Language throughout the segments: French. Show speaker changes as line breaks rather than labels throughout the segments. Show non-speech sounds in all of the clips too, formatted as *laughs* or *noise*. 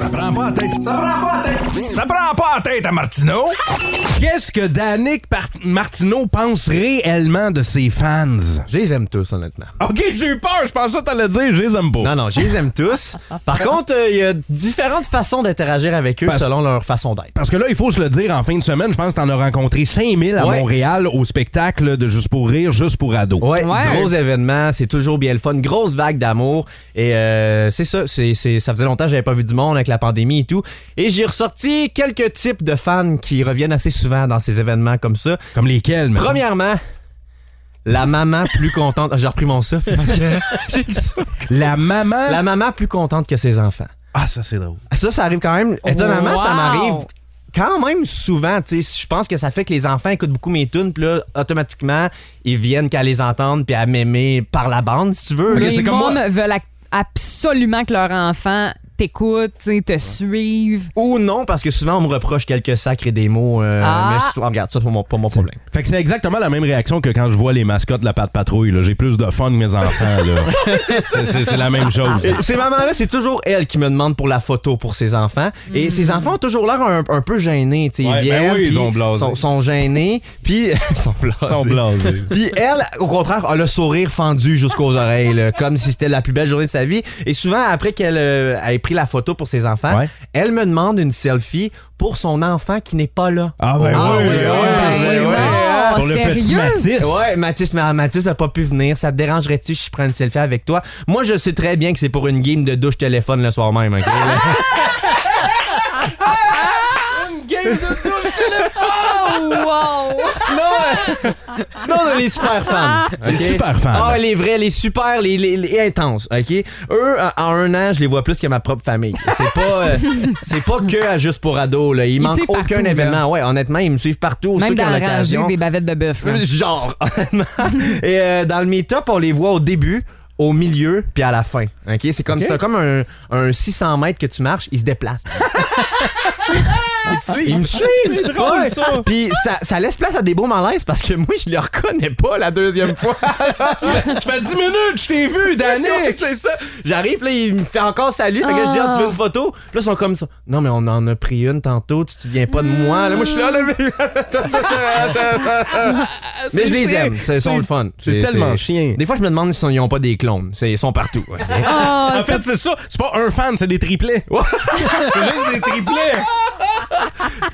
Ça prend pas la tête. Ça prend pas la tête. Ça prend pas la tête à Martineau.
Qu'est-ce que Danick Part- Martineau pense réellement de ses fans?
Je les aime tous, honnêtement.
Ok, j'ai eu peur, je pensais que t'allais dire, je les aime pas.
Non, non, je les aime tous. *laughs* Par contre, euh, il y a différentes façons d'interagir avec eux
Parce-
selon leur façon d'être.
Parce que là, il faut se le dire, en fin de semaine, je pense que t'en as rencontré 5000 à
Ouais.
Montréal au spectacle de Juste pour rire, Juste pour ados.
Ouais,
Ouais.
gros événement, c'est toujours bien le fun, grosse vague d'amour. Et euh, c'est ça, c'est, c'est- ça faisait longtemps que j'avais pas vu du monde avec la pandémie et tout. Et j'ai ressorti quelques types de fans qui reviennent assez souvent dans ces événements comme ça.
Comme lesquels, mais.
Premièrement, la maman plus contente. Ah, J'ai repris mon souffle parce que *laughs* j'ai le souffle.
La maman.
La maman plus contente que ses enfants.
Ah, ça, c'est drôle.
Ça, ça arrive quand même. Étonnamment, ça
Wow!
m'arrive quand même souvent. tu sais. Je pense que ça fait que les enfants écoutent beaucoup mes tunes, puis là, automatiquement, ils viennent qu'à les entendre, puis à m'aimer par la bande, si tu veux.
Ok,
là.
les
c'est comme
mômes
moi.
veulent ac- absolument que leur enfant t'écoute, tu sais, te
*laughs*
suive.
Ou non, parce que souvent, on me reproche quelques sacres et des mots. euh,
Ah!
Mais souvent, regarde, ça, c'est pas mon, pas mon problème.
Fait que c'est exactement la même réaction que quand je vois les mascottes de la patte patrouille. là. J'ai plus de fun que mes enfants. *laughs* là. c'est, c'est- c'est la même chose.
Euh, Ces mamans-là, c'est toujours elles qui me demandent pour la photo pour ses enfants. Et ces enfants ont toujours l'air un, un peu gênés. tu sais.
Mm. Ouais, ben
ils viennent,
oui, ils
puis
ont blasé.
Sont, sont gênés, puis... *laughs* ils sont blasés.
Ils sont blasés.
Puis elle, au contraire, a le sourire fendu jusqu'aux oreilles, là, comme si c'était la plus belle journée de sa vie. Et souvent, après qu'elle euh, ait pris la photo pour ses enfants,
Ouais.
elle me demande une selfie pour son enfant qui n'est pas là.
Ah, ben
Ah,
oui,
oui, oui,
oui, oui,
ben
oui.
non,
Pour le petit
sérieux?
Matisse.
Ouais, Mathis, mais Mathis n'a pas pu venir. Ça te dérangerait-tu si je prends une selfie avec toi? Moi, je sais très bien que c'est pour une game de douche téléphone le soir même. ok? *laughs*
Oh, wow!
Sinon, euh, sinon, on a les super fans.
Les
ok?
super fans.
Ah, les vrais, les super, les, les- les intenses. OK? Eux, en- en un an, je les vois plus que ma propre famille. C'est pas, euh, c'est pas que à juste pour ados. Là. Il manque
suivent
aucun
partout,
événement. Ouais, honnêtement, ils me suivent partout.
Même dans
surtout qu'ils ont
le
l'occasion.
rangé des bavettes de bœuf. là.
*laughs*
Euh, Genre, honnêtement. Et euh, dans le meet-up, on les voit au début, au milieu, puis à la fin. OK? C'est comme, c'est comme un, un 600 mètres que tu marches, ils se déplacent. *laughs* Ils me suivent. Ils me suivent. Ouais. Puis ça, ça laisse place à des beaux malaises parce que moi, je les reconnais pas la deuxième fois. je fais 10 minutes, je t'ai vu, *laughs* Danny. c'est ça. J'arrive, là, il me fait encore salut. Fait que je dis, ah, tu veux une photo? Puis là, ils sont comme ça. Non, mais on en a pris une tantôt, tu te souviens pas de moi. Là, moi, je suis là, *laughs* là, mais- mais je les aime, c'est sont le fun.
c'est tellement chien.
Des fois, je me demande s'ils n'ont pas des clones. C'est- Ils sont partout. ok? *laughs*
Oh,
En fait, c'est ça. C'est pas un fan, c'est des triplets. *laughs* c'est juste des triplets.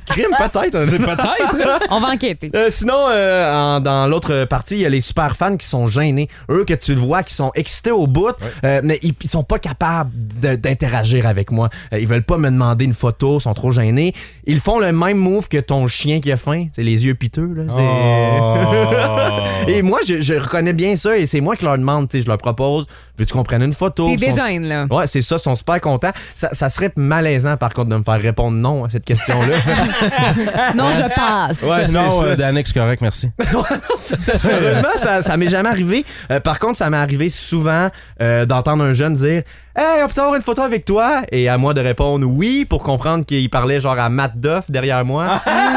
Crime, peut-être. hein.
C'est *laughs* peut-être.
on va enquêter.
Euh, sinon, euh, en- dans l'autre partie, il y a les super fans qui sont gênés. Eux, que tu le vois, qui sont excités au bout, euh, mais ils, ils sont pas capables de- d'interagir avec moi. Euh, ils veulent pas me demander une photo, sont trop gênés. Ils font le même move que ton chien qui a faim. C'est les yeux piteux, là. C'est-
Oh.
Et moi, je, je reconnais bien ça et c'est moi qui leur demande, tu sais, je leur propose, veux-tu qu'on prenne une photo?
T'es
Ils sont-
dégêne, là.
Ouais, c'est ça, ils sont super contents. Ça, ça serait malaisant, par contre, de me faire répondre non à cette
*laughs*
question-là.
Non, je passe.
Ouais,
c'est
non,
ça.
euh, Danick, c'est correct, merci.
Heureusement, ça, ça m'est jamais arrivé. Euh, par contre, ça m'est arrivé souvent euh, d'entendre un jeune dire Hey, on peut avoir une photo avec toi Et à moi de répondre oui pour comprendre qu'il parlait genre à Matt Duff derrière moi.
Ah.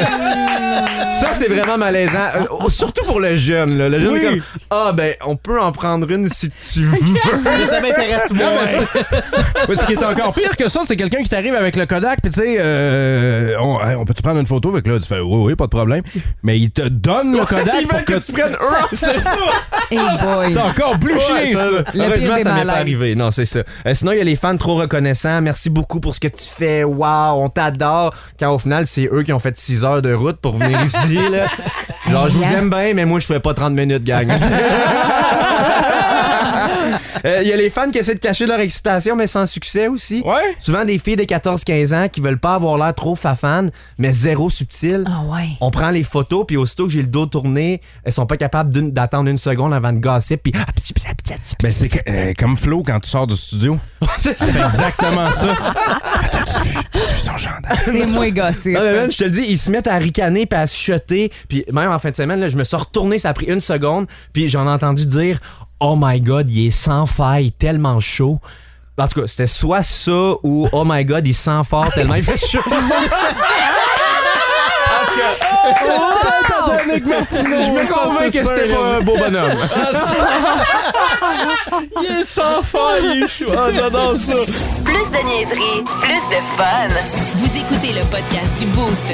*laughs* ça, c'est vraiment malaisant. Euh, oh, surtout pour le jeune. Là. Le jeune est
Oui.
comme Ah, ben, on peut en prendre une si tu
*laughs*
veux. ça m'intéresse moins.
Ouais, ce qui est encore pire que ça, c'est quelqu'un qui t'arrive avec le Kodak, puis tu sais, euh, on, hey, on peut-tu prendre une photo avec là? Tu fais, oui, oui, pas de problème. Mais il te donne le *laughs* Kodak
Ils
pour
veulent
que
que tu prennes
*laughs*
un. C'est ça.
Hey boy.
T'es encore plus
Ouais,
chien,
ça,
ça.
Le pire
Heureusement,
des
ça m'est pas
malaises.
arrivé. Non, c'est ça. Euh, sinon, il y a les fans trop reconnaissants. Merci beaucoup pour ce que tu fais. Waouh, on t'adore. Quand au final, c'est eux qui ont fait 6 heures de route pour
*laughs*
venir ici. Là. Genre, je
hein?
vous aime bien, mais moi, je fais pas 30 minutes, gang.
*laughs*
Euh, Il y a les fans qui essaient de cacher leur excitation, mais sans succès aussi.
Ouais.
Souvent des filles de 14-15 ans qui veulent pas avoir l'air trop fafane, mais zéro subtil.
Ah ouais.
On prend les photos, puis aussitôt que j'ai le dos tourné, elles sont pas capables d'une- d'attendre une seconde avant de gossip, puis... ah,
Ben, c'est que- euh, comme Flo quand tu sors du studio.
C'est ça.
C'est exactement ça. Ah, T'as-tu vu, t'as-tu vu son gendarme?
C'est moins gossé.
Non, mais même, je te le dis, ils se mettent à ricaner puis à se chuter. Puis même en fin de semaine, là, je me suis retourné, ça a pris une seconde, puis j'en ai entendu dire « Oh my God, il est sans faille, tellement chaud. » En tout cas, c'était soit ça ou Oh my god, il sent fort tellement Ah, il fait chaud. *laughs*
Je me convainc Oh, que c'était pas un beau bonhomme.
il est sans fort, il est chaud. Ah, j'adore ça.
Plus de niaiserie, plus de fun. Vous écoutez le podcast du Boost.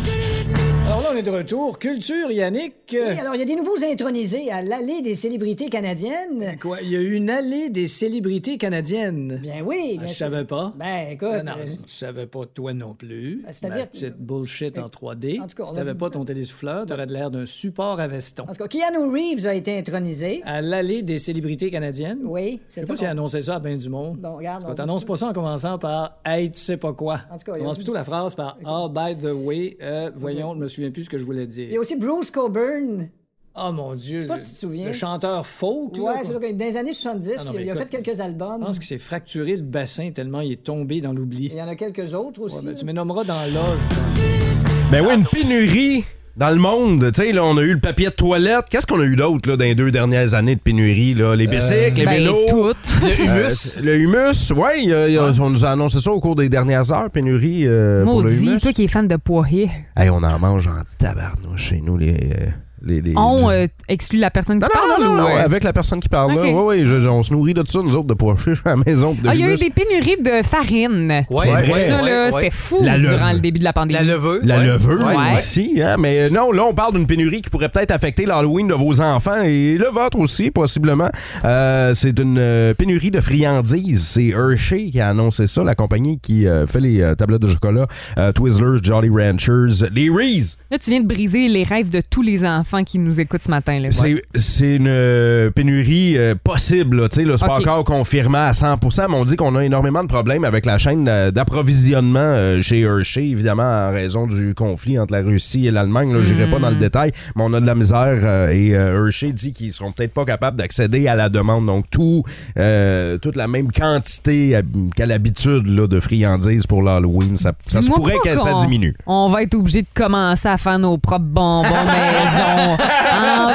Alors là, on est de retour. Culture, Yannick. euh,
Oui, alors il y a des nouveaux intronisés à l'allée des célébrités canadiennes.
Ben Quoi? Il y a une allée des célébrités canadiennes.
Bien Ben oui,
Ah,
bien
je
sûr.
savais pas.
Ben écoute,
Ben non,
euh,
tu savais pas toi non plus.
Ah, c'est-à-dire Ben,
Ma petite bullshit en 3D.
En tout cas, on
si
a-
t'avais pas ton télésouffleur, t'aurais de l'air d'un support à veston.
en tout cas, Keanu Reeves a été intronisé.
À l'allée des célébrités canadiennes.
Oui,
Je
c'est
sais
ça.
pas si
qu'on-
annoncé ça à bien du monde.
Bon, regarde,
Quand
on-
t'annonces pas ça en commençant par Hey, tu sais pas quoi.
En tout cas, il y a- Mm-hmm.
Commence plutôt la phrase par Oh, by the way, euh, voyons, je me souviens plus ce que je voulais dire.
Il y a aussi Bruce Coburn.
Oh mon Dieu.
pas
le-
si tu te souviens.
Le chanteur folk. là,
Ouais,
qu'on-
c'est sûr que dans les années 70,
Ah non, mais
il a
écoute,
fait quelques
Je
albums.
pense qu'il s'est fracturé le bassin tellement il est tombé dans l'oubli.
Il y en a quelques autres aussi.
Ouais, ben, tu me nommeras dans l'oge.
Ben oui, une pénurie dans le monde. Tu sais, là, on a eu le papier de toilette. Qu'est-ce qu'on a eu d'autre, là, dans les deux dernières années de pénurie, là? Les bicycles, les
Ben,
vélos.
toutes.
Le humus. le humus, oui. On nous a annoncé ça au cours des dernières heures, pénurie euh, pour le
Maudit,
humus.
toi qui es fan de Poirier.
Hey, on en mange en tabarnouche chez nous, les... euh, les, les-
On
du-
euh, exclut la personne qui
Non, non,
parle
non, non,
ou,
non,
euh,
avec la personne qui parle là.
Ok.
Oui, oui, je- je- on se nourrit de ça, nous autres, de pois chiches à la maison. pis De
Ah, il y a eu
humus.
des pénuries de farine.
Ouais,
C'est vrai.
ça, là,
ouais, ouais.
c'était fou
La levure.
durant le début de la pandémie.
La levure.
La
ouais.
levure
Ouais.
aussi, hein? mais euh, non, là, on parle d'une pénurie qui pourrait peut-être affecter l'Halloween de vos enfants et le vôtre aussi, possiblement. Euh, c'est une euh, pénurie de friandises. C'est Hershey qui a annoncé ça, la compagnie qui euh, fait les euh, tablettes de chocolat euh, Twizzlers, Jolly Ranchers, les Reese.
Là, tu viens de briser les rêves de tous les enfants qui nous écoutent ce matin. Là. Ouais.
C'est- C'est une euh, pénurie euh, possible. là. Tu sais, Là, c'est pas
Ok.
encore confirmé à 100 mais on dit qu'on a énormément de problèmes avec la chaîne euh, d'approvisionnement euh, chez Hershey, évidemment, en raison du conflit entre la Russie et l'Allemagne. Je n'irai pas dans le
Hmm.
détail, mais on a de la misère euh, et euh, Hershey dit qu'ils seront peut-être pas capables d'accéder à la demande. Donc, tout, euh, toute la même quantité euh, qu'à l'habitude là, de friandises pour l'Halloween, ça, ça se
Dis-moi
pourrait
pas
que ça
qu'on-
diminue.
On va être obligé de commencer à faire nos propres bonbons
*laughs*
maison.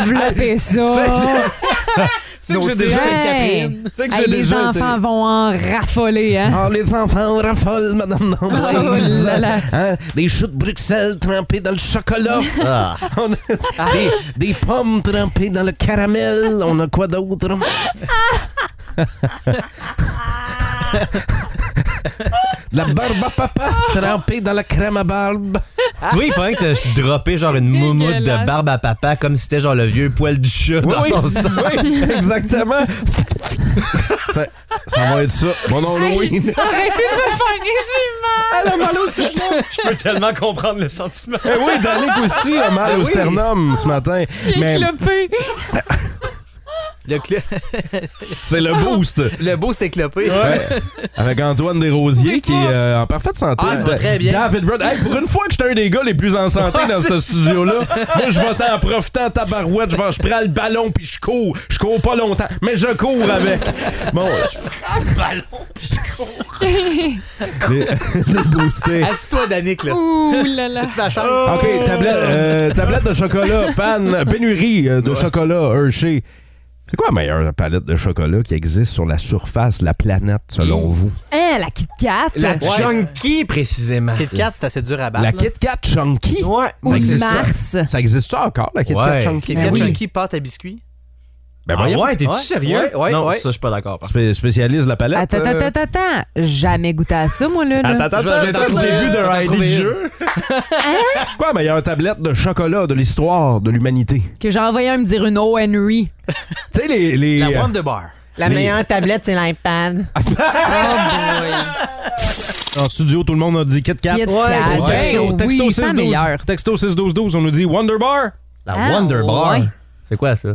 Envelopper ça.
Tu sais que j'ai
Hey!
déjà été Catherine.
Tu sais que
Hey,
j'ai
les
déjà été-
enfants vont en raffoler, hein?
Ah, les enfants raffolent, Madame
Oh
Lamblaise.
là là.
Hein, des choux de Bruxelles trempés dans le chocolat.
Ah.
*laughs* On a des, des pommes trempées dans le caramel. On a quoi d'autre? *laughs* De La barbe à papa trempée dans la crème à barbe.
Tu vois, il faudrait que t'as droppé genre une moumoute de
Dégueulasse.
barbe à papa comme si c'était genre le vieux poil du chat dans
oui.
ton sang.
Oui, exactement. ça, ça va être ça. Bon Halloween.
Arrêtez de me faire régiment!
*laughs* Je peux tellement comprendre le sentiment.
Eh oui, Danick aussi a mal au sternum ce matin. Mais
Éclopé!
Le, cl-
c'est le boost.
le beau,
*laughs*
c'était clopé.
Ouais. Avec Antoine Desrosiers qui est euh, en parfaite santé.
Ah, ça va très bien.
David Brown. Hey, pour une fois que j'étais un des gars les plus en santé dans ce studio-là, moi, je vais t'en profiter en tabarouette. Je, vais, je prends le ballon puis je cours. Je cours pas longtemps, mais je cours avec. Bon. Je prends le ballon *laughs* puis je cours. Ah, boosté.
Assis-toi, Danick, là.
Ouh là là!
Tu ma chaise.
OK, tablette, euh, tablette de chocolat, panne, pénurie euh, de chocolat Hershey. C'est quoi la meilleure palette de chocolat qui existe sur la surface de la planète, selon vous?
Hein, la Kit Kat!
La
Ouais.
junkie, précisément.
Kit Kat, c'est assez dur à battre.
La
là.
Kit Kat Chunky?
Ouais.
Ou
Ça existe, ça?
Mars!
Ça existe ça encore, la Kit Kat
Ouais.
Chunky?
Kit
Ben
Kat
oui.
Chunky, pâte à biscuits.
Ben
Ah
voyons.
ouais, t'es-tu
Ouais,
sérieux?
ouais, ouais,
non,
ouais.
ça, je suis pas d'accord. par contre.
Spé- spécialiste de la palette.
Attends, attends,
euh,
attends, attends! Jamais goûté à ça, moi, là! là.
attends,
Je vais
attends,
mettre
attends,
au début d'un
attends,
ID
trouver
de
une.
jeu.
Quoi, meilleure tablette de chocolat de l'histoire de l'humanité?
Que j'ai envoyé un me dire une O. E Henry.
Tu sais, les. les euh,
La Wonder Bar.
La meilleure tablette, c'est
*laughs*
l'iPad.
Oh, en studio, tout le monde a dit Kit Kat.
Kit
Ouais,
Kat.
au
Ouais,
texto,
oui,
texto
c'est la
612.
meilleure.
Texto 612, on nous dit Wonder Bar.
La
Ah,
Wonder Bar.
ouais.
C'est quoi ça?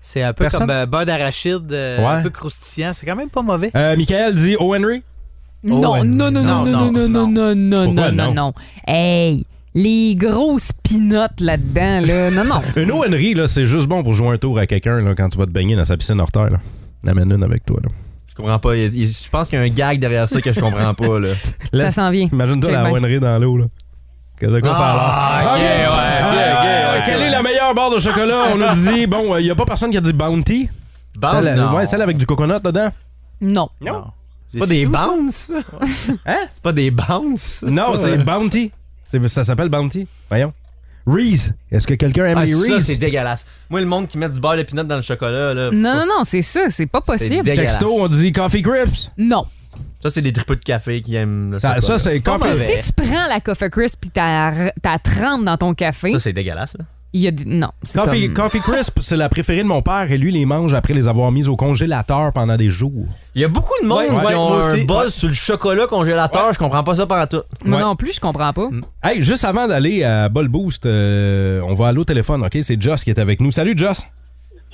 C'est un peu
Personne-
comme euh, beurre d'arachide, euh,
Ouais.
un peu croustillant. C'est quand même pas mauvais.
Euh, Michael dit O. Henry. Oh,
Non,
Henry.
non, non, non,
Non,
non, non,
non,
non, non, non,
Pourquoi
non, non, non.
non?
Hey, les grosses pinottes là-dedans, là. Non,
*laughs*
non.
Une O. Henry, là, c'est juste bon pour jouer un tour à quelqu'un là, quand tu vas te baigner dans sa piscine hors terre. là. Amène une avec toi. là.
Je comprends pas. Il- il- je pense qu'il y a un gag derrière ça que je comprends pas. *laughs* Là.
Ça s'en vient.
Imagine-toi
Check
la
bien.
moinerie dans l'eau, là. Que de quoi ça a l'air?
Ah, ok, ouais.
Ben, Ok, ok, ouais. Quelle ah, est la meilleure barre de chocolat? On nous dit, bon, il n'y a pas personne qui a dit Bounty.
Bounce,
celle,
non.
ouais, celle avec du coconut dedans.
Non.
C'est pas des bounce. *laughs* hein? C'est pas des bounce.
Non, c'est Bounty. C'est- Ça s'appelle Bounty. Voyons. Reese. Est-ce que quelqu'un aime
Ah,
les
ça, c'est
Reese?
dégueulasse. Moi, le monde qui met du beurre de pinot dans le chocolat, là.
Non, non, non, c'est ça. C'est pas
C'est
possible.
dégueulasse.
Texto, on dit Coffee Crips.
Non.
Ça, c'est des tripeux de café qui aiment le
Ça,
chocolat.
ça, c'est
pas
Coffee
mauvais.
Si tu prends la Coffee Crisp puis t'as t'as trempe dans ton café,
Ça, c'est dégueulasse, là.
il y a des- non. c'est
Coffee,
comme-
Coffee Crisp, c'est la préférée de mon père et lui les mange après les avoir mises au congélateur pendant des jours.
Il y a beaucoup de monde
Ouais,
qui
ouais,
ont
moi
un
aussi.
buzz sur le chocolat congélateur. Je comprends pas ça par tout.
Moi
Ouais.
non plus, je comprends pas.
Hey, juste avant d'aller à Bol Boost, euh, on va aller au téléphone, OK? C'est Joss qui est avec nous. Salut, Joss.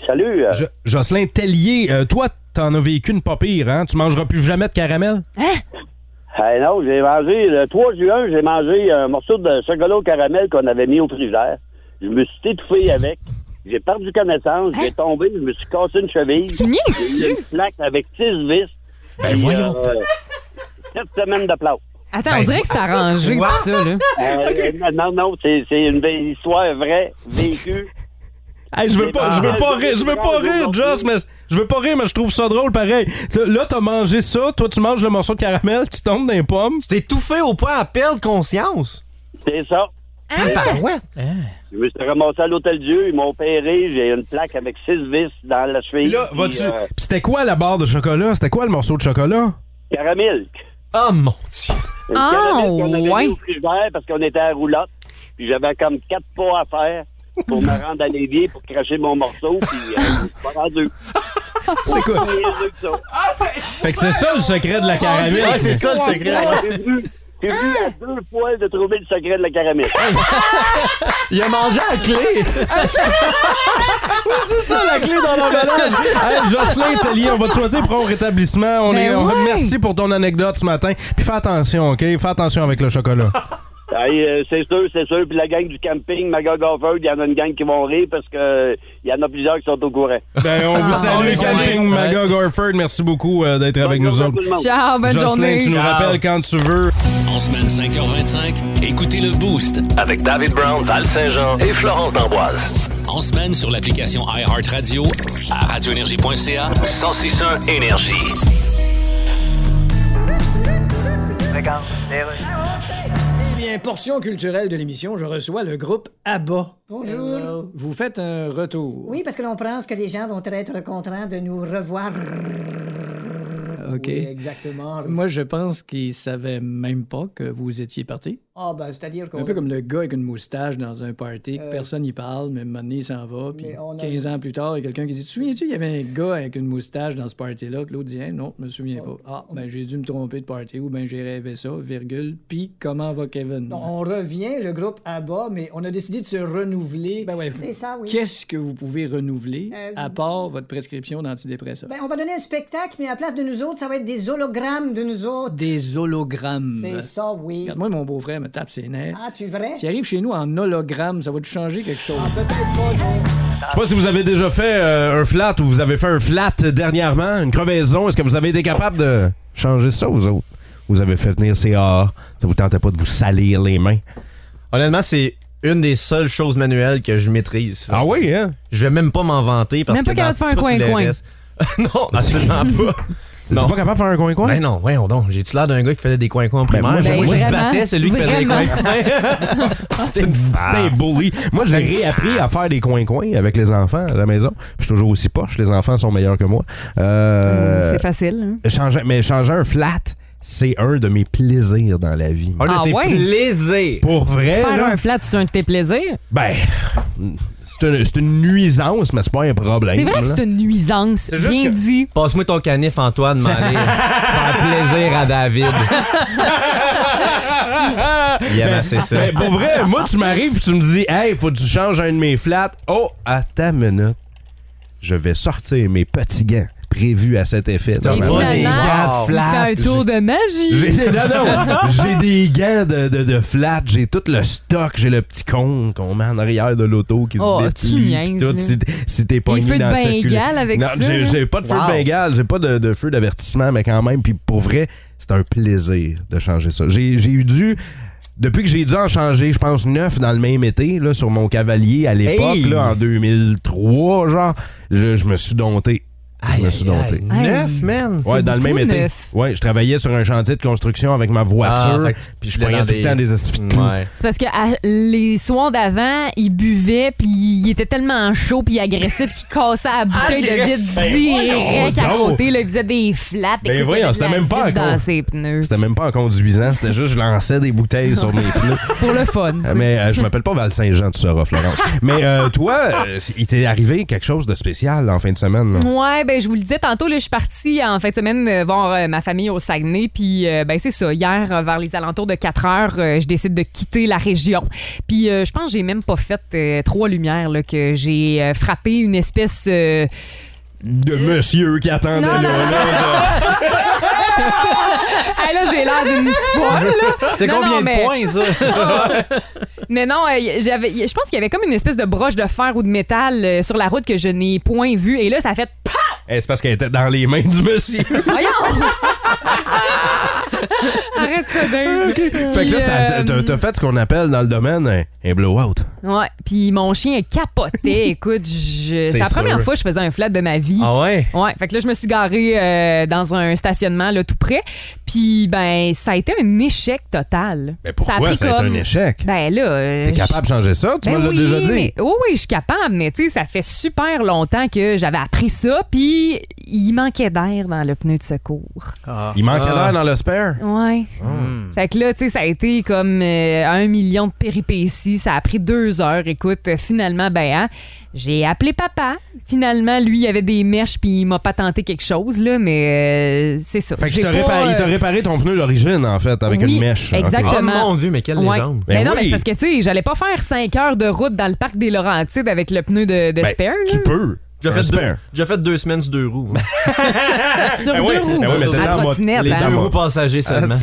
Salut. euh,
Jo- Jocelyn Tellier, euh, toi, t'en as vécu une pas pire, hein? Tu mangeras plus jamais de caramel?
hey, non, j'ai mangé le 3 juin, j'ai mangé un morceau de chocolat au caramel qu'on avait mis au frigidaire. Je me suis étouffé avec. J'ai perdu connaissance, j'ai tombé, je me suis cassé une cheville.
Tu niaises-tu?
J'ai eu une plaque avec six vis. Ben
voyons.
Sept semaines de plâtre.
Attends,
Ben,
on dirait que c'est arrangé tout ça, là.
Euh, euh, Non, non, c'est c'est une belle histoire vraie, vécue.
Hey, je veux pas, je veux pas rire, je veux pas rire, Joss, mais je veux pas rire, mais je trouve ça drôle pareil. Ça, Là, t'as mangé ça, toi, tu manges le morceau de caramel, tu tombes dans les pommes.
Tu t'es étouffé au point à perdre conscience. Ah, ben
C'est ça.
Hein?
Tabarouette.
Je me suis ramassé à l'Hôtel Dieu, ils m'ont opéré, j'ai une plaque avec six vis dans la cheville.
Là,
puis,
vas-tu.
euh,
Pis c'était quoi la barre de chocolat? C'était quoi le morceau de chocolat?
caramel.
Oh mon dieu.
Une
Ah,
caravelle qu'on avait
ouais.
mis au frigidaire parce qu'on était à roulotte. Puis j'avais comme quatre pas à faire pour
*laughs*
me rendre à l'évier pour cracher mon morceau. Puis euh, je suis pas rendu.
C'est quoi?
Plus niaiseux que ça.
Fait que c'est ça le secret de la caramel.
Ouais, c'est ça le secret.
J'ai vu, j'ai vu à deux fois de trouver le secret de la caramel.
Il a mangé à clé.
*laughs* C'est ça la clé dans l'emballage. hey, Jocelyn Tellier, on va te souhaiter prompt rétablissement. On
Ben
est, on-
ouais.
Merci pour ton anecdote ce matin. Puis fais attention, OK? Fais attention avec le chocolat.
Hey, euh, c'est sûr, c'est sûr. Puis la gang du camping, Magog Offord, il y en a une gang qui vont rire parce que euh, il y en a plusieurs qui sont au courant.
*laughs* ben, on vous salue,
on est
Camping
convaincu.
Magog Orford. Merci beaucoup euh, d'être avec
Bonne
nous
journée à tout
autres.
le monde.
Ciao, bonne
Jocelyn,
journée.
tu nous rappelles quand tu veux.
En semaine 5h25, écoutez le Boost.
Avec David Brown, Val Saint-Jean et Florence D'Amboise.
En semaine sur l'application iHeartRadio, à radioénergie.ca
1061 Énergie.
Eh bien, portion culturelle de l'émission, je reçois le groupe ABBA.
Bonjour.
Vous faites un retour.
Oui, parce que l'on pense que les gens vont
Euh,
être contents de nous revoir.
*laughs* OK.
Oui, exactement.
Moi, je pense qu'ils savaient même pas que vous étiez parti.
Ah, ben, c'est-à-dire qu'on.
Un peu comme le gars avec une moustache dans un party, que
Euh.
personne n'y parle, mais un moment donné, il s'en va. Puis
Mais on a-
15 ans plus tard, il y a quelqu'un qui dit Tu te souviens-tu, il y avait un gars avec une moustache dans ce party-là, que l'autre dit Hein, Non, je me souviens
Oh,
pas. Ah, ben, j'ai dû me tromper de party, ou ben, j'ai rêvé ça, virgule. Puis, comment va Kevin
Non, On revient, le groupe ABBA, mais on a décidé de se renouveler.
Ben ouais.
C'est ça, oui.
Qu'est-ce que vous pouvez renouveler
Euh,
à part votre prescription d'antidépresseurs?
Ben, on va donner un spectacle, mais à la place de nous autres, ça va être des hologrammes de nous autres.
Des hologrammes.
C'est ça, oui.
Regarde-moi, mon beau-frère me tape ses nerfs.
Ah, tu vrai?
S'il arrive chez nous en hologramme, ça va te changer quelque chose?
Je sais pas si vous avez déjà fait euh, un flat ou vous avez fait un flat dernièrement, une crevaison. Est-ce que vous avez été capable de changer ça, vous autres? Vous avez fait venir CA, ça vous tentait pas de vous salir les mains.
Honnêtement, c'est une des seules choses manuelles que je maîtrise.
Ah oui, hein?
Je vais même pas m'en vanter parce
Même
que
pas capable
dans
de faire un
tout le
coin-coin.
reste- *laughs* non, absolument pas. *laughs*
C'est
Non.
pas capable de faire un coin-coin?
Ben non, voyons donc. J'ai-tu l'air d'un gars qui faisait des coins-coins en primaire?
moi,
Ben,
moi, je
vraiment.
battais celui qui faisait des Ah.
Vraiment.
*laughs* coins-coins.
C'est une putain de bully. Moi, j'ai réappris à faire des coins-coins avec les enfants à la maison. Je suis toujours aussi poche. Les enfants sont meilleurs que moi. Euh,
C'est facile. hein.
changer- mais changer un flat, c'est un de mes plaisirs dans la vie.
On
Ah
était
ouais?
plaisir.
Pour
hein.
vrai,
Faire
là,
un flat, c'est un de tes plaisirs.
ben, c'est une, c'est une nuisance, mais c'est pas un problème.
C'est vrai que
là.
c'est une nuisance.
Ben, juste
Bien
que-
dit.
Passe-moi ton canif, Antoine, m'en *laughs* aller. Faire plaisir à David.
*laughs*
Il aime assez ça.
*laughs* Ben, pour vrai, moi, tu m'arrives et tu me dis, hey, faut que tu changes un de mes flats. Oh, attends une minute. Je vais sortir mes petits gants. puis prévu à cet effet.
Et
normalement.
finalement, il fait un tour de magie.
J'ai non, non,
*laughs*
j'ai des gants de, de, de flat, j'ai tout le stock, j'ai le petit con qu'on met en arrière de l'auto qui
Oh,
se
tu
déplie.
niaises,
pis tout,
là.
si t- si t'es
feux
pogné
de
dans la
Bengale
circulation.
avec
non,
ça,
j'ai-
là.
J'ai pas de feu
Wow.
de Bengale, j'ai pas de, de feu d'avertissement, mais quand même, puis pour vrai, c'est un plaisir de changer ça. J'ai j'ai eu dû. Depuis que j'ai dû en changer, je pense, neuf dans le même été, là, sur mon cavalier à l'époque,
Hey!
là, en 2003, genre, je, je me suis dompté. Je me suis dompté.
Neuf, man.
Ouais,
c'est
dans le
beaucoup,
même été.
neuf.
Ouais, je travaillais sur un chantier de construction avec ma
Ah,
voiture.
fait que tu
puis je
voulais
prenais
dans
tout le temps des estis de clous.
Ouais.
C'est parce que à- les soirs d'avant, ils buvaient, puis ils étaient tellement chauds puis agressifs qu'ils cassaient la bouteille de
Agressif.
vide
Ben
direct à
voyons
côté. là, ils faisaient des flats.
Ben
écoutaient
voyons,
de
c'était
la
même pas
vide
encore.
dans ses pneus.
C'était même pas en conduisant, c'était juste je lançais des bouteilles sur mes pneus.
Pour le fun. tu sais.
Mais euh, je m'appelle pas Val Saint-Jean, tu sauras, Florence. Mais euh, toi, euh, c'est- il t'est arrivé quelque chose de spécial en fin de semaine. là.
Ouais, ben je vous le disais tantôt, là, je suis partie en fin de semaine euh, voir euh, ma famille au Saguenay, puis euh, ben c'est ça. Hier, euh, vers les alentours de 4 heures, euh, je décide de quitter la région. Puis euh, je pense que j'ai même pas fait euh, trois lumières là, que j'ai euh, frappé une espèce. euh, *laughs*
De monsieur qui attendait
Non,
là.
non, non,
là, là.
Ah, là, j'ai l'air d'une folle. là.
C'est
Non,
combien
non,
de
mais-
*laughs*
points, ça?
Mais non, euh, y- j'avais, y- je pense qu'il y avait comme une espèce de broche de fer ou de métal euh, sur la route que je n'ai point vue. Et là, ça a fait *laughs* PAF!
Eh, c'est parce qu'elle était dans les mains du monsieur.
*laughs* Arrête ça, Dave!
fait que là, ça-
Puis,
t'as
euh,
t'as fait ce qu'on appelle dans le domaine un, un blowout.
Ouais, puis mon chien
*laughs*
capotait. Écoute, je- c'est la
sûr.
première fois que je faisais un flat de ma vie.
Ah ouais?
Ouais, fait que là, je me suis garée euh, dans un stationnement là, tout près. Puis, ben, ça a été un échec total. Mais
pourquoi ça a été un échec?
Ben là. euh,
T'es capable de changer ça? Tu
ben
me l'as
oui,
déjà dit.
mais- oui, oui, je suis capable, mais tu sais, ça fait super longtemps que j'avais appris ça, puis il manquait d'air dans le pneu de secours.
Ah.
Il manquait d'air dans le spare?
Ouais.
Hmm.
Fait que là, tu sais, ça a été comme euh, un million de péripéties. Ça a pris deux heures. Écoute, euh, finalement, ben, hein, j'ai appelé papa. Finalement, lui, il avait des mèches, puis il m'a pas tenté quelque chose, là, mais euh, c'est ça.
Fait que
J'ai
je t'ai
pas,
répa- il
euh,
t'a réparé ton pneu d'origine, en fait, avec
oui,
une mèche. Ok.
Exactement.
Oh
Ouais.
Ben
mais non,
oui.
mais c'est parce que, tu sais, j'allais pas faire cinq heures de route dans le parc des Laurentides avec le pneu de, de
Ben,
spare.
Tu
là.
peux.
J'ai
Un
fait,
spare.
deux, j'ai fait deux semaines sur deux roues. moi.
Sur
Ben
deux
oui,
roues.
ben oui, mais t'étais
à
en mode-
trottinette.
les
hein.
deux roues passagers seulement.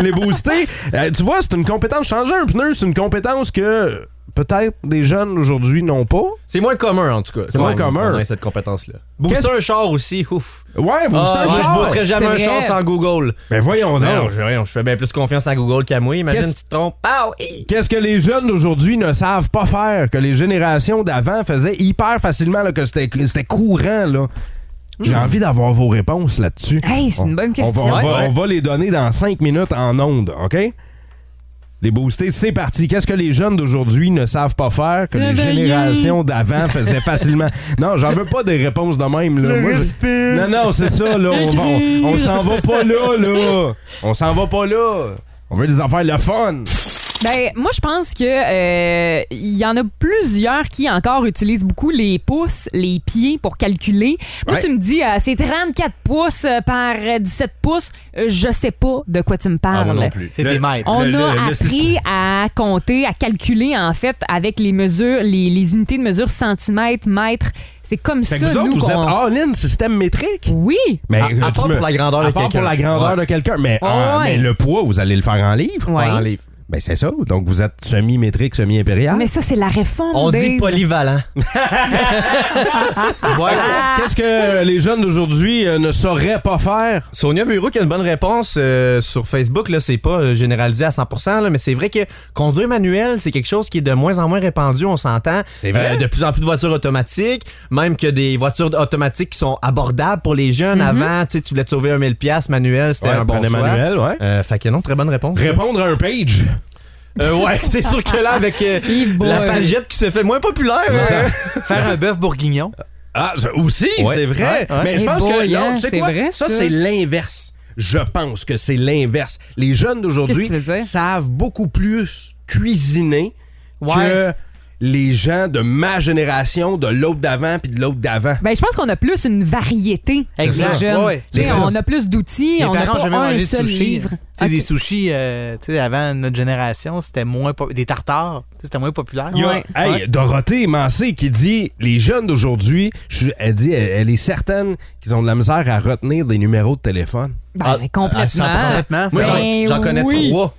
les booster. *laughs* Euh, tu vois, c'est une compétence. Changer un pneu, c'est une compétence que peut-être des jeunes aujourd'hui n'ont pas.
C'est moins commun, en tout cas.
C'est moins
Quand même,
commun.
qu'on ait cette compétance-là. Booster un char aussi, ouf. Ah,
Ah, Ouais, booster un
moi,
char.
Je boosterais jamais
C'est
un char
vrai.
sans Google.
Ben voyons donc.
Non, je, voyons, je fais bien plus confiance à Google qu'à moi. Imagine,
Qu'est-ce-
tu te trompes. Ah, oui.
Qu'est-ce que les jeunes d'aujourd'hui ne savent pas faire, que les générations d'avant faisaient hyper facilement, là, que c'était c'était courant, là? J'ai envie d'avoir vos réponses là-dessus.
Hmm. Hey, c'est une bonne
On- on va-
question.
On va,
Ouais.
on va les donner dans 5 minutes en ondes, OK? Les boostés, c'est parti. Qu'est-ce que les jeunes d'aujourd'hui ne savent pas faire que les
Travailler.
générations d'avant faisaient
*laughs*
facilement? Non, j'en veux pas des réponses de même. Là.
Le
je-
respect.
Non, non, c'est ça. Là. On, va- on- on s'en va pas là,
*laughs*
là.
Écrire.
On s'en va pas là. On veut des affaires le fun.
Ben, moi, je pense que euh, il y en a plusieurs qui encore utilisent beaucoup les pouces, les pieds pour calculer. Moi,
Ouais.
tu me dis, euh, c'est 34 pouces euh, par euh, 17 pouces. Euh, Je sais pas de quoi tu me
Ah,
parles.
Ah,
C'est des mètres.
On a
Le- le- le
appris à compter, à calculer, en fait, avec les mesures, les, les unités de mesure centimètres, mètres. C'est comme
Fait que
ça,
vous autres,
nous,
vous êtes
qu'on-
all-in système métrique?
Oui.
Mais,
Ah, À- à
euh, tu
part pour la grandeur
à
de
part
quelqu'un.
pour la grandeur
Ouais.
de quelqu'un. Mais,
Ouais.
euh, mais le poids, vous allez le faire en livre?
Ouais.
En livre.
Ben, c'est ça. Donc, vous êtes semi-métrique, semi-impérial.
Mais ça, c'est la réforme. Dave.
polyvalent. Ah. *laughs*
Qu'est-ce que les jeunes d'aujourd'hui euh, ne sauraient pas faire?
Sonia Bureau qui a une bonne réponse euh, sur Facebook. Là, c'est pas euh, généralisé à 100%, là, mais c'est vrai que conduire manuel, c'est quelque chose qui est de moins en moins répandu, on s'entend. Euh,
vrai.
de plus en plus de voitures automatiques, même que des voitures automatiques qui sont abordables pour les jeunes.
Mhm.
Avant, tu sais, tu voulais te sauver un 1000$, manuel, c'était
Ouais,
un bon
prenez
choix.
manuel, ouais.
Euh, fait que non, très bonne réponse.
Répondre à un page.
Euh, ouais, *laughs* c'est sûr que là, avec euh,
Hey boy.
la pagette qui se fait moins populaire. hein.
Faire un bœuf bourguignon.
Ah, ça aussi,
Ouais.
c'est vrai.
Ouais, ouais.
Mais je
Eh
pense
boy,
que non,
hein,
tu sais
c'est
quoi?
vrai,
ça,
ça.
c'est l'inverse. Je pense que c'est l'inverse. Les jeunes d'aujourd'hui
Qu'est-ce que tu veux dire?
savent beaucoup plus cuisiner
Ouais.
que les gens de ma génération, de l'autre d'avant, puis de l'autre d'avant.
Ben, je pense qu'on a plus une variété
Exact.
des jeunes.
Ouais,
Tu sais,
c'est ça.
on a plus d'outils,
Mes
on n'a
parents ont
pas
jamais
un
mangé de
seul
sushi. hein.
livre.
Tu sais, Des sushis, euh, tu sais, avant notre génération, c'était moins. pop- Des tartares, tu sais, c'était moins populaire.
Il y a hey, Dorothée Mancé qui dit Les jeunes d'aujourd'hui, je- elle dit elle, elle est certaine qu'ils ont de la misère à retenir des numéros de téléphone.
Ben, complètement.
Ah, à 100%.
Complètement.
Moi, j'en-
Ben
j'en connais
oui.
trois.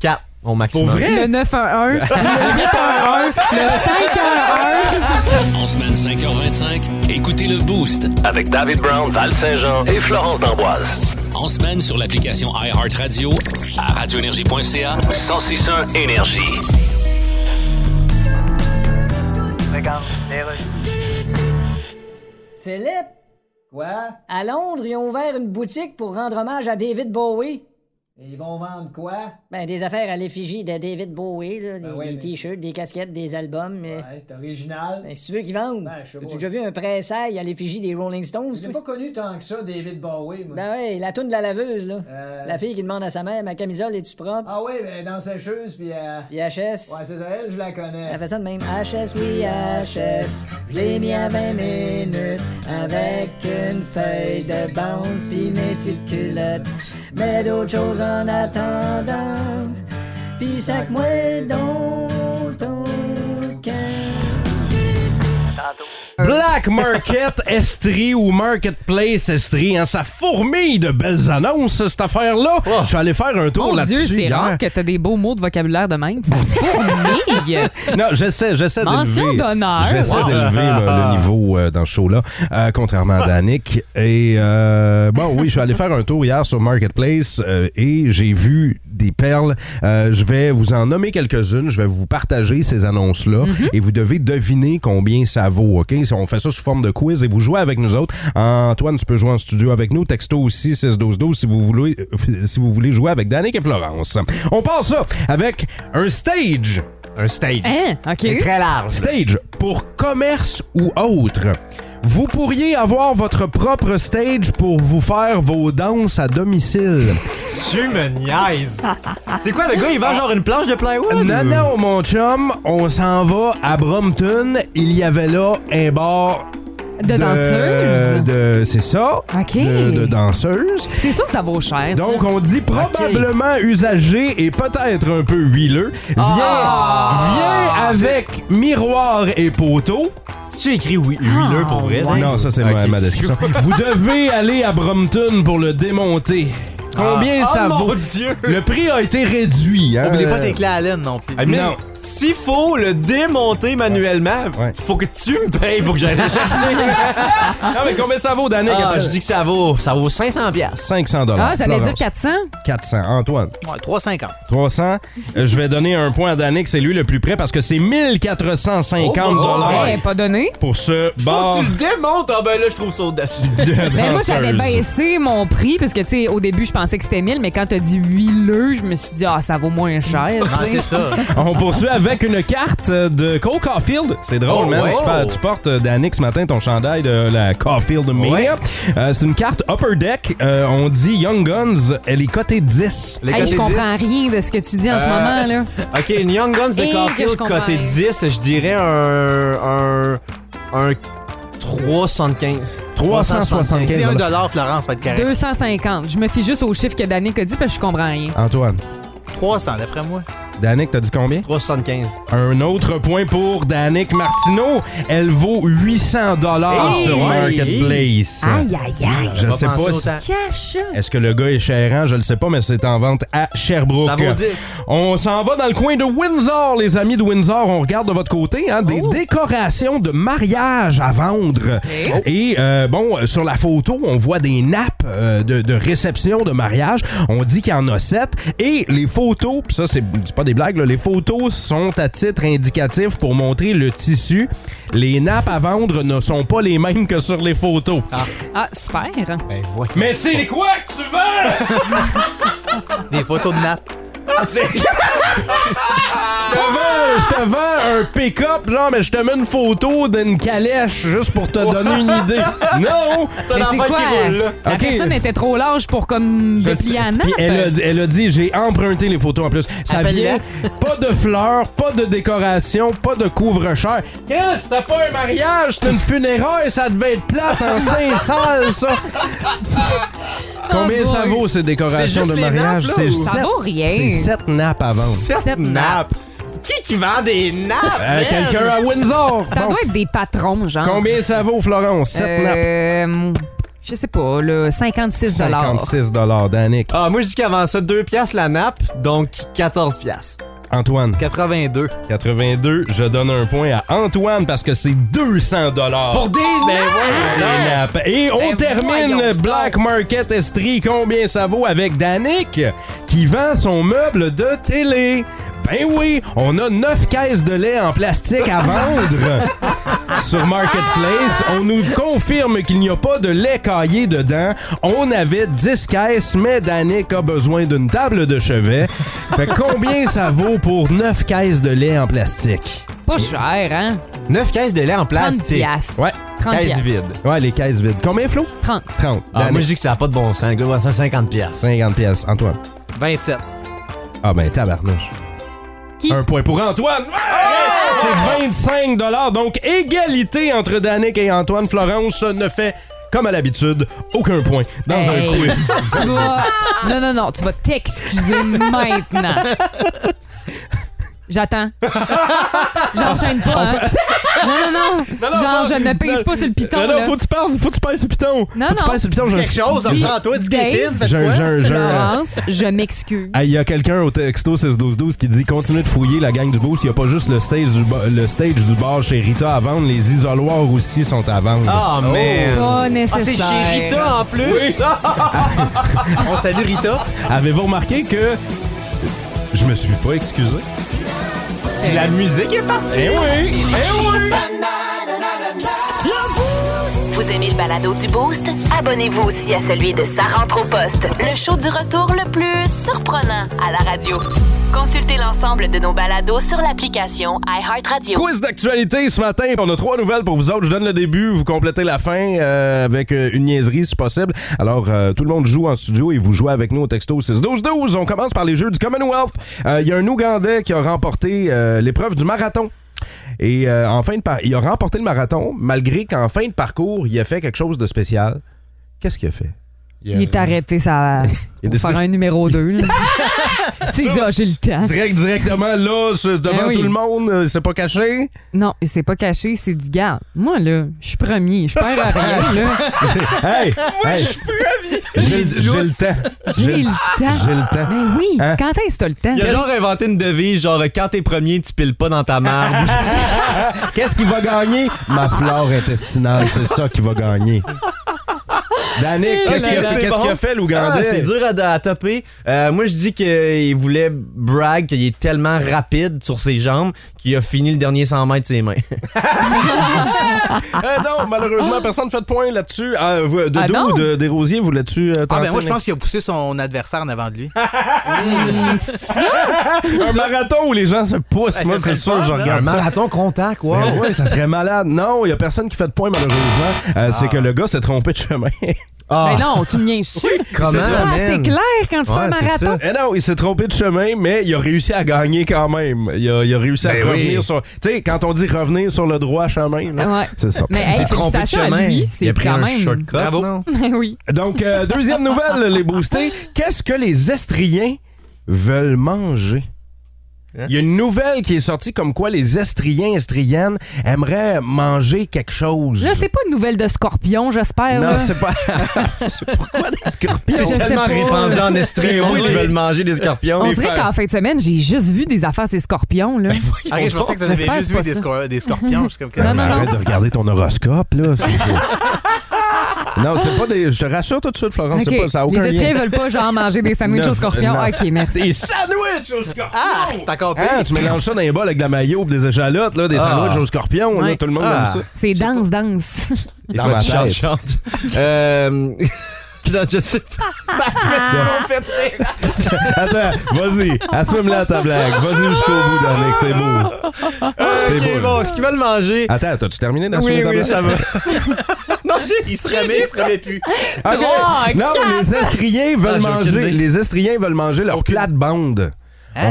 Quatre au maximum.
Pour vrai?
Le 911, le 811, le 511.
En semaine 5h25, écoutez le Boost avec David Brown, Val Saint-Jean et Florence D'Amboise. En semaine sur l'application iHeartRadio à radioénergie.ca 1061 énergie.
Philippe? Quoi?
Ah.
À Londres, ils ont ouvert une boutique pour rendre hommage à David Bowie. Et ils vont vendre quoi? Ben, des affaires à l'effigie de David Bowie, là,
Ben
des, des t-shirts, des casquettes, des albums. Ouais, c'est original. Ben, si tu veux qu'ils vendent. As-tu déjà vu un pressail à l'effigie des Rolling Stones?
J'ai pas connu tant que ça, David Bowie, moi.
Ben ouais, la toune de la laveuse, là.
Euh,
La fille qui demande à sa mère, ma camisole, est tu propre?
Ah oui, ben dans sécheuse, puis... Euh...
Puis HS.
Ouais, c'est ça, elle, je la connais.
Elle fait ça de même. HS, oui, HS. Je l'ai mis à 20 minutes avec une feuille de bounce puis mes petites culottes. Mais d'autres choses en attendant. Puis sac-moi dans ton
Euh. *laughs*
Black Market Estrie ou Marketplace Estrie, hein, ça fourmille de belles annonces, cette affaire-là. Je suis allé faire un
Oh.
tour
Mon Dieu,
là-dessus
c'est
hier.
rare que t'as des beaux mots de vocabulaire de même.
*laughs*
Ça fourmille.
Non, j'essaie, j'essaie d'élever.
Mention d'honneur.
J'essaie
Wow.
d'élever là, le niveau euh, dans ce show-là, euh, contrairement à Danick. Et euh, bon, oui, je suis allé faire un tour hier sur Marketplace euh, et j'ai vu des perles. Euh, je vais vous en nommer quelques-unes. Je vais vous partager ces annonces-là
Mhm.
et vous devez deviner combien ça vaut, OK? Si On fait ça sous forme de quiz et vous jouez avec nous autres. Antoine, tu peux jouer en studio avec nous. Texto aussi 6-12-12 si vous voulez, euh, si vous voulez jouer avec Danick et Florence. On part ça avec un stage.
Un stage.
Hein? OK.
C'est très large.
Stage pour commerce ou autre. Vous pourriez avoir votre propre stage pour vous faire vos danses à domicile.
Tu me niaises. C'est quoi, le gars, il vend genre une planche de plywood?
Non,
Euh,
non, mon chum, on s'en va à Brompton. Il y avait là un bar
De danseuse.
de- c'est ça.
OK.
De, de danseuse.
C'est sûr que ça vaut cher. ça.
Donc, on dit probablement usagé et peut-être un peu huileux. Viens,
Ah!
viens avec miroir et poteau.
Tu écrit oui, huileux pour vrai?
hein?
Dan?
Ah, Non, ça, c'est ma,
Ok.
ma *laughs* description. Vous devez aller à Brompton pour le démonter. Combien
Ah.
ça
Oh,
vaut?
mon Dieu!
Le prix a été réduit. Hein?
Oubliez pas tes clés à laine non plus.
Ah, mais non.
S'il faut le démonter manuellement,
Ouais.
faut que tu me payes pour que j'aille le chercher.
*laughs* Non, mais combien ça vaut, Danick?
*laughs* Ah, je dis que ça vaut, ça vaut 500 pièces.
500 dollars.
Ah, j'allais dire 400.
400. Antoine,
Ouais, 3,50.
300. Euh, je vais donner un point à Danick. C'est lui le plus près parce que c'est 1450 dollars
Eh, pas donné.
pour ce
Faut
*laughs* bar
que tu le démontes, ah ben là, je trouve ça audacieux.
de
Ben moi, j'avais
danseuse.
baissé mon prix parce que, tu sais, au début, je pensais que c'était 1000, mais quand t'as dit huileux, je me suis dit, ah, ça vaut moins cher.
*laughs*
tu
Ah,
sais.
c'est ça.
On poursuit avec une carte euh, de Cole Caulfield. C'est drôle,
Oh,
man.
ouais.
Tu, pa- tu portes, euh, Danick, ce matin, ton chandail de la Caulfield Mania.
Ouais.
Euh, c'est une carte Upper Deck. Euh, on dit Young Guns. Elle est cotée 10.
Les
Hey, je
côtés
comprends rien de ce que tu dis en ce
Euh,
moment,
*laughs*
là.
10. Ok, une Young Guns
Et que
de
je
Caulfield,
comprends
côté
rien.
10, je dirais un. un. un. 375.
375.
Dis un dollar, Florence, va être carré.
250. Je me fie juste au chiffre que Danick a dit parce que je comprends rien.
Antoine,
300, d'après moi.
Danick, t'as dit combien?
375.
Un autre point pour Danick Martineau. Elle vaut 800 dollars
Hey!
sur Marketplace.
Aïe, aïe, aïe.
Je sais pas. si-
autant.
Cache.
Est-ce que le gars est chérant? Je le sais pas, mais c'est en vente à Sherbrooke.
Ça vaut 10.
On s'en va dans le coin de Windsor, les amis de Windsor. On regarde de votre côté hein,
Oh.
des décorations de mariage à vendre. Et euh, bon, sur la photo, on voit des nappes euh, de, de réception de mariage. On dit qu'il y en a sept. Et les photos, pis ça, c'est c'est pas des blagues, là, les photos sont à titre indicatif pour montrer le tissu. Les nappes à vendre ne sont pas les mêmes que sur les photos.
Ah, super.
Ben voyons.
Mais c'est quoi que tu veux?
Des photos de nappe.
Je te vends, je te vends un pick-up, genre, mais je te mets une photo d'une calèche juste pour te donner une idée.
*laughs*
Non!
Mais c'est quoi? La
Ok.
personne était trop large pour comme
Je
déplier
sais.
à nappe.
Puis elle, a, elle a dit, j'ai emprunté les photos en plus. Ça
Appelle-la.
vient pas de fleurs, pas de décoration, pas de couvre-cher. Chris, c'était pas un mariage, c'était une funéraille, ça devait être plate en
*laughs*
cinq salles, ça. Combien
Oh
ça
boy.
vaut ces décorations
C'est juste
de
les
mariage?
nappes, là,
C'est
ou- Ça
sept-
vaut rien.
C'est sept nappes à vendre.
Sept nappes.
Qui qui vend des nappes?
Euh,
man?
Quelqu'un à Windsor.
Ça
Bon.
doit être des patrons, genre.
Combien ça vaut, Florence? Sept nappes.
Euh, Je sais pas, là, 56
56 Danick.
Ah, moi, je dis qu'avant ça, 2 piastres la nappe, donc 14 piastres.
Antoine. 82. 82. Je donne un point à Antoine parce que c'est 200
Pour des
Oh,
Ben
ouais.
Et on
Ah, Ben
termine
voyons
Black Market Estrie. Combien ça vaut avec Danick qui vend son meuble de télé? Ben oui, on a 9 caisses de lait en plastique
*laughs*
à vendre sur Marketplace. On nous confirme qu'il n'y a pas de lait caillé dedans. On avait 10 caisses, mais Danick a besoin d'une table de chevet. Fait que combien ça vaut pour 9 caisses de lait en plastique?
Pas cher, hein?
9 caisses de lait en
30
plastique.
piastres.
Ouais.
30
Caisses
piastres.
vides.
Ouais, les caisses vides. Combien, Flo?
30.
30.
Ah, moi, je dis que ça n'a pas de bon sens. Le gars vend ça 50 piastres.
50 pièces, Antoine.
27.
Ah ben tabarnouche. Un point pour Antoine. Ouais! C'est 25 dollars. Donc égalité entre Danick et Antoine Florence ne fait comme à l'habitude aucun point dans
Hey,
un quiz.
tu vas- Non, non, non, tu vas t'excuser maintenant. J'attends. J'enchaîne pas. hein. Non, non, non. Genre, je ne pèse pas sur le *laughs* piton.
Non, non,
là.
faut que tu passes, faut que tu passes sur le piton.
Non,
faut que
non.
tu passes sur le piton.
Dis
J'ai-
quelque chose,
Dis-
genre, toi, dis qu'il est
Dave,
fine, faites
j'ai un-
quoi?
j'ai un- j'ai un-
Florence, je m'excuse.
Ah, Il y a quelqu'un au texto 16-12-12 qui dit Continuez de fouiller la gang du boost. Il n'y a pas juste le stage, du ba- le stage du bar chez Rita à vendre. Les isoloirs aussi sont à vendre.
Ah,
Oh.
man.
Pas
Ah, c'est
nécessaire.
chez Rita en plus.
Oui.
Ah, On salue Rita.
Avez-vous remarqué que je me suis pas excusé?
Puis la musique est partie.
Eh oui! Eh oui!
Vous aimez le balado du Boost? Abonnez-vous aussi à celui de Sa rentre au poste, le show du retour le plus surprenant à la radio. Consultez l'ensemble de nos balados sur l'application iHeartRadio.
Quiz d'actualité ce matin. On a trois nouvelles pour vous autres. Je donne le début, vous complétez la fin euh, avec euh, une niaiserie si possible. Alors, euh, tout le monde joue en studio et vous jouez avec nous au texto 6-12-12. On commence par les jeux du Commonwealth. Euh, Il y a un Ougandais qui a remporté euh, l'épreuve du marathon. Et euh, en fin de par- il a remporté le marathon malgré qu'en fin de parcours, il a fait quelque chose de spécial. Qu'est-ce qu'il a fait?
Il est arrêté, ça.
Il a
Pour
décidé-
faire un numéro 2. C'est dit, Ah, j'ai le temps.
Direct, directement là, ce- devant
Ben oui.
tout le monde, euh, c'est
*laughs*
pas caché.
Non, il s'est pas caché, c'est dit, gars, moi, là, je suis premier, je perds à rien, là.
hey, hey, j'ai j'ai le temps.
J'ai le temps.
J'ai le temps.
Mais oui,
Hein?
quand est-ce que t'as le temps?
Il a genre inventé une devise, genre quand t'es premier, tu piles pas dans ta marde. *laughs*
Qu'est-ce qui va gagner? Ma flore intestinale, c'est ça qui va gagner. Danick, qu'est-ce qu'il a,
C'est
qu'est-ce
bon.
qu'il a fait, l'Ougandais?
Ah, c'est dur à, à topper. Euh, moi, je dis qu'il voulait brag, qu'il est tellement rapide sur ses jambes qu'il a fini le dernier 100 mètres de ses mains.
Eh non, malheureusement, personne ne fait de point là-dessus. Ah, vous, de
Ah
Doux,
non?
de, des rosiers, voulais-tu euh,
Ah,
tenter
ben moi, je
une-
pense qu'il a poussé son adversaire en avant de lui.
Ah, Un marathon où les gens se poussent,
Ouais,
moi,
ça
c'est
serait
sûr,
le fun,
je
hein?
regarde ça. Ben
contact, quoi.
Ouais, ouais, ça serait malade. Non, il n'y a personne qui fait de point, malheureusement. Euh, C'est que le gars s'est trompé de chemin. Ah,
Mais non, tu me viens sûr.
Comment,
C'est
man?
clair quand tu fais un
Ouais, c'est
marathon.
Eh non, il s'est trompé de chemin, mais il a réussi à gagner quand même. Il a, il a réussi à
Ben
revenir
oui.
sur. Tu sais, quand on dit revenir sur le droit chemin, là,
Ouais.
c'est ça.
Mais hey,
trompé de
félicitations à
chemin.
lui,
Il
c'est
a pris
quand
un
même.
shortcut.
Bravo.
non?
*laughs* Ben oui.
Donc, euh, deuxième nouvelle, les boostés. Qu'est-ce que les Estriens veulent manger?
Hein?
Il y a une nouvelle qui est sortie comme quoi les Estriens, Estriennes aimeraient manger quelque chose.
Là, c'est pas une nouvelle de scorpion, j'espère.
non,
là.
c'est pas. *laughs* Pourquoi des scorpions?
Je sais
Tellement
pas.
répandu
*laughs*
en Estrie, oui,
Oui.
qu'ils veulent manger des scorpions.
On
Les
dirait
frères.
qu'en fin de semaine, j'ai juste vu des affaires des scorpions.
Ben,
Là.
Ah, ok, je pensais que t'en avais
J'espère
juste
que
vu
c'est
des, scor- des scorpions. Je suis comme que-
Non,
Mais
non,
arrête de regarder ton horoscope, là.
*laughs*
C'est- non, c'est pas des. Je te rassure tout de suite, Florence,
Ok.
c'est pas, ça n'a
Les
aucun lien.
Autrichiens veulent pas genre manger des sandwichs
Non,
aux scorpions.
non.
OK, merci.
Des sandwichs aux scorpions!
Ah, c'est encore pire.
Hein, tu mélanges ça dans les bols avec de la maillot ou des échalotes, là, des
Ah.
sandwichs aux scorpions, là,
Ouais.
tout le monde
Ah.
aime ça.
C'est danse, danse.
Et toi, tu chantes, chantes. *laughs* Euh,
Non, je sais pas.
*laughs*
Attends, vas-y, assume-la ta blague. Vas-y jusqu'au bout, Danick, c'est beau. C'est
Ok,
beau.
bon, est-ce qu'ils veulent manger?
Attends, t'as-tu terminé d'assumer
Oui,
ta
oui,
blague?
ça va.
non,
Il se remet, il se remet plus.
Ok.
Oh,
non, les estriens veulent
Ah, j'ai aucune
manger.
idée. Hein?
Les estriens veulent manger leur plate-bande.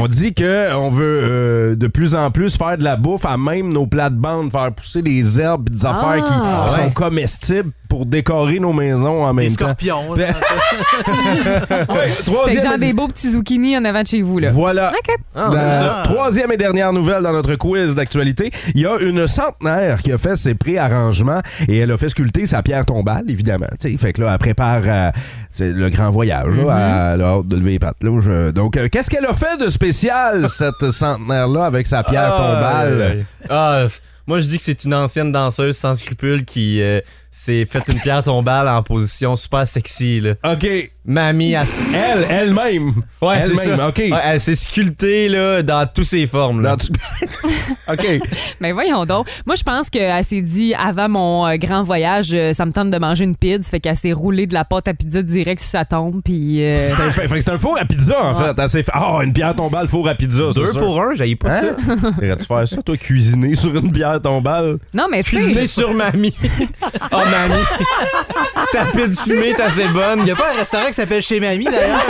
On dit que on veut euh, de plus en plus faire de la bouffe à même nos plates-bandes, faire pousser des herbes pis des affaires qui
Ah, ouais.
sont comestibles pour décorer nos maisons en même temps.
scorpions,
Ben- *laughs* Ouais,
Fait que
troisième-
genre des beaux petits zucchini en avant de chez vous, là.
Voilà.
OK.
Ah,
Dans- troisième et dernière nouvelle dans notre quiz d'actualité, il y a une centenaire qui a fait ses préarrangements et elle a fait sculpter sa pierre tombale, évidemment. tu sais. Fait que là, elle prépare euh, c'est le grand voyage. là.
Mhm.
Elle a hâte de lever les pattes. là. Je- Donc, euh, qu'est-ce qu'elle a fait de spécial, *laughs* cette centenaire-là, avec sa pierre
Ah,
tombale?
Ah, f- moi, je dis que c'est une ancienne danseuse sans scrupules qui euh, s'est faite une pierre tombale en position super sexy. Là.
OK.
Mamie, elle,
elle, elle-même.
Ouais, c'est
Elle-même,
ça.
OK.
Ouais, elle s'est sculptée là, dans toutes ses formes. là.
*laughs*
*laughs*
OK.
Mais Ben, voyons donc. Moi, je pense qu'elle s'est dit, avant mon euh, grand voyage, euh, ça me tente de manger une pizza. Fait qu'elle s'est roulée de la pâte à pizza direct sur sa tombe. Puis. euh,
C'est un, fait que c'est un four à pizza, en fait. Elle s'est fait. Ah, une pierre tombale, four à pizza.
Deux pour un, j'aille
Hein?
pas
*laughs* ça. Irais-tu faire ça, toi, cuisiner sur une pierre tombale?
Non, mais tu sais.
Cuisiner sur mamie. oh, mamie. Ah! Ta pizza fumée, t'as assez bonne.
Il y a pas un restaurant qui s'appelle Chez Mamie, d'ailleurs.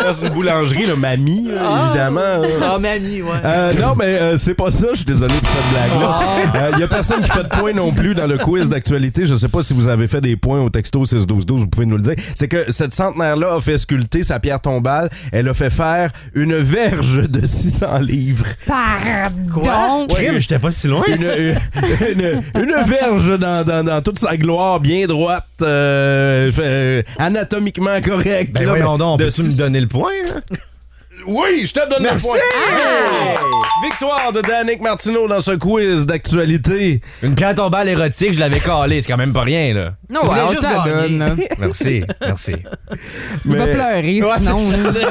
Là, c'est une boulangerie, là, mamie, là, évidemment. là.
Ah, Mamie, ouais.
Euh, non, mais euh, c'est pas ça. Je suis désolé pour cette blague-là.
Ah!
Il y a personne qui fait de points non plus dans le quiz d'actualité. Je sais pas si vous avez fait des points au texto 6-12-12. Vous pouvez nous le dire. C'est que cette centenaire-là a fait sculpter sa pierre tombale. Elle a fait faire une verge de 600 livres.
Pardon.
Crime,
j'étais pas si loin.
Une, une- *laughs* une- une verge dans, dans- dans toute sa gloire, bien droite, euh, fait, euh, anatomiquement correcte.
Ben
là,
voyons
mais
donc,
de
peux-tu
six-
me donner le point? là?
Oui, je te donne
Merci! Ah!
le point. Hey! Victoire de Danick Martineau dans ce quiz d'actualité.
Une pierre tombale érotique, je l'avais calée. C'est quand même pas rien, là.
Non, ouais,
Il est
on
juste
te la
gagné.
donne, là.
Merci, merci.
Il va pleurer,
Ouais,
sinon.
c'est
là.
ça.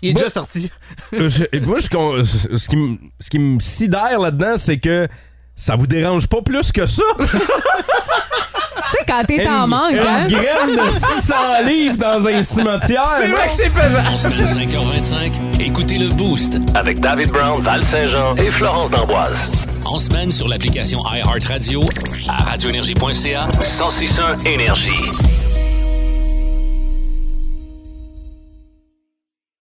Il est déjà sorti.
Euh, je- et moi, je con- ce ce qui me- ce qui me sidère là-dedans, c'est que ça vous dérange pas plus que ça.
Tu sais, quand t'es en
Une-
manque,
une
hein?
graine de 600 livres dans un cimetière.
En semaine 5h25, écoutez le Boost avec David Brown, Val Saint-Jean et Florence D'Amboise. En semaine sur l'application iHeartRadio à radioénergie.ca 1061 énergie.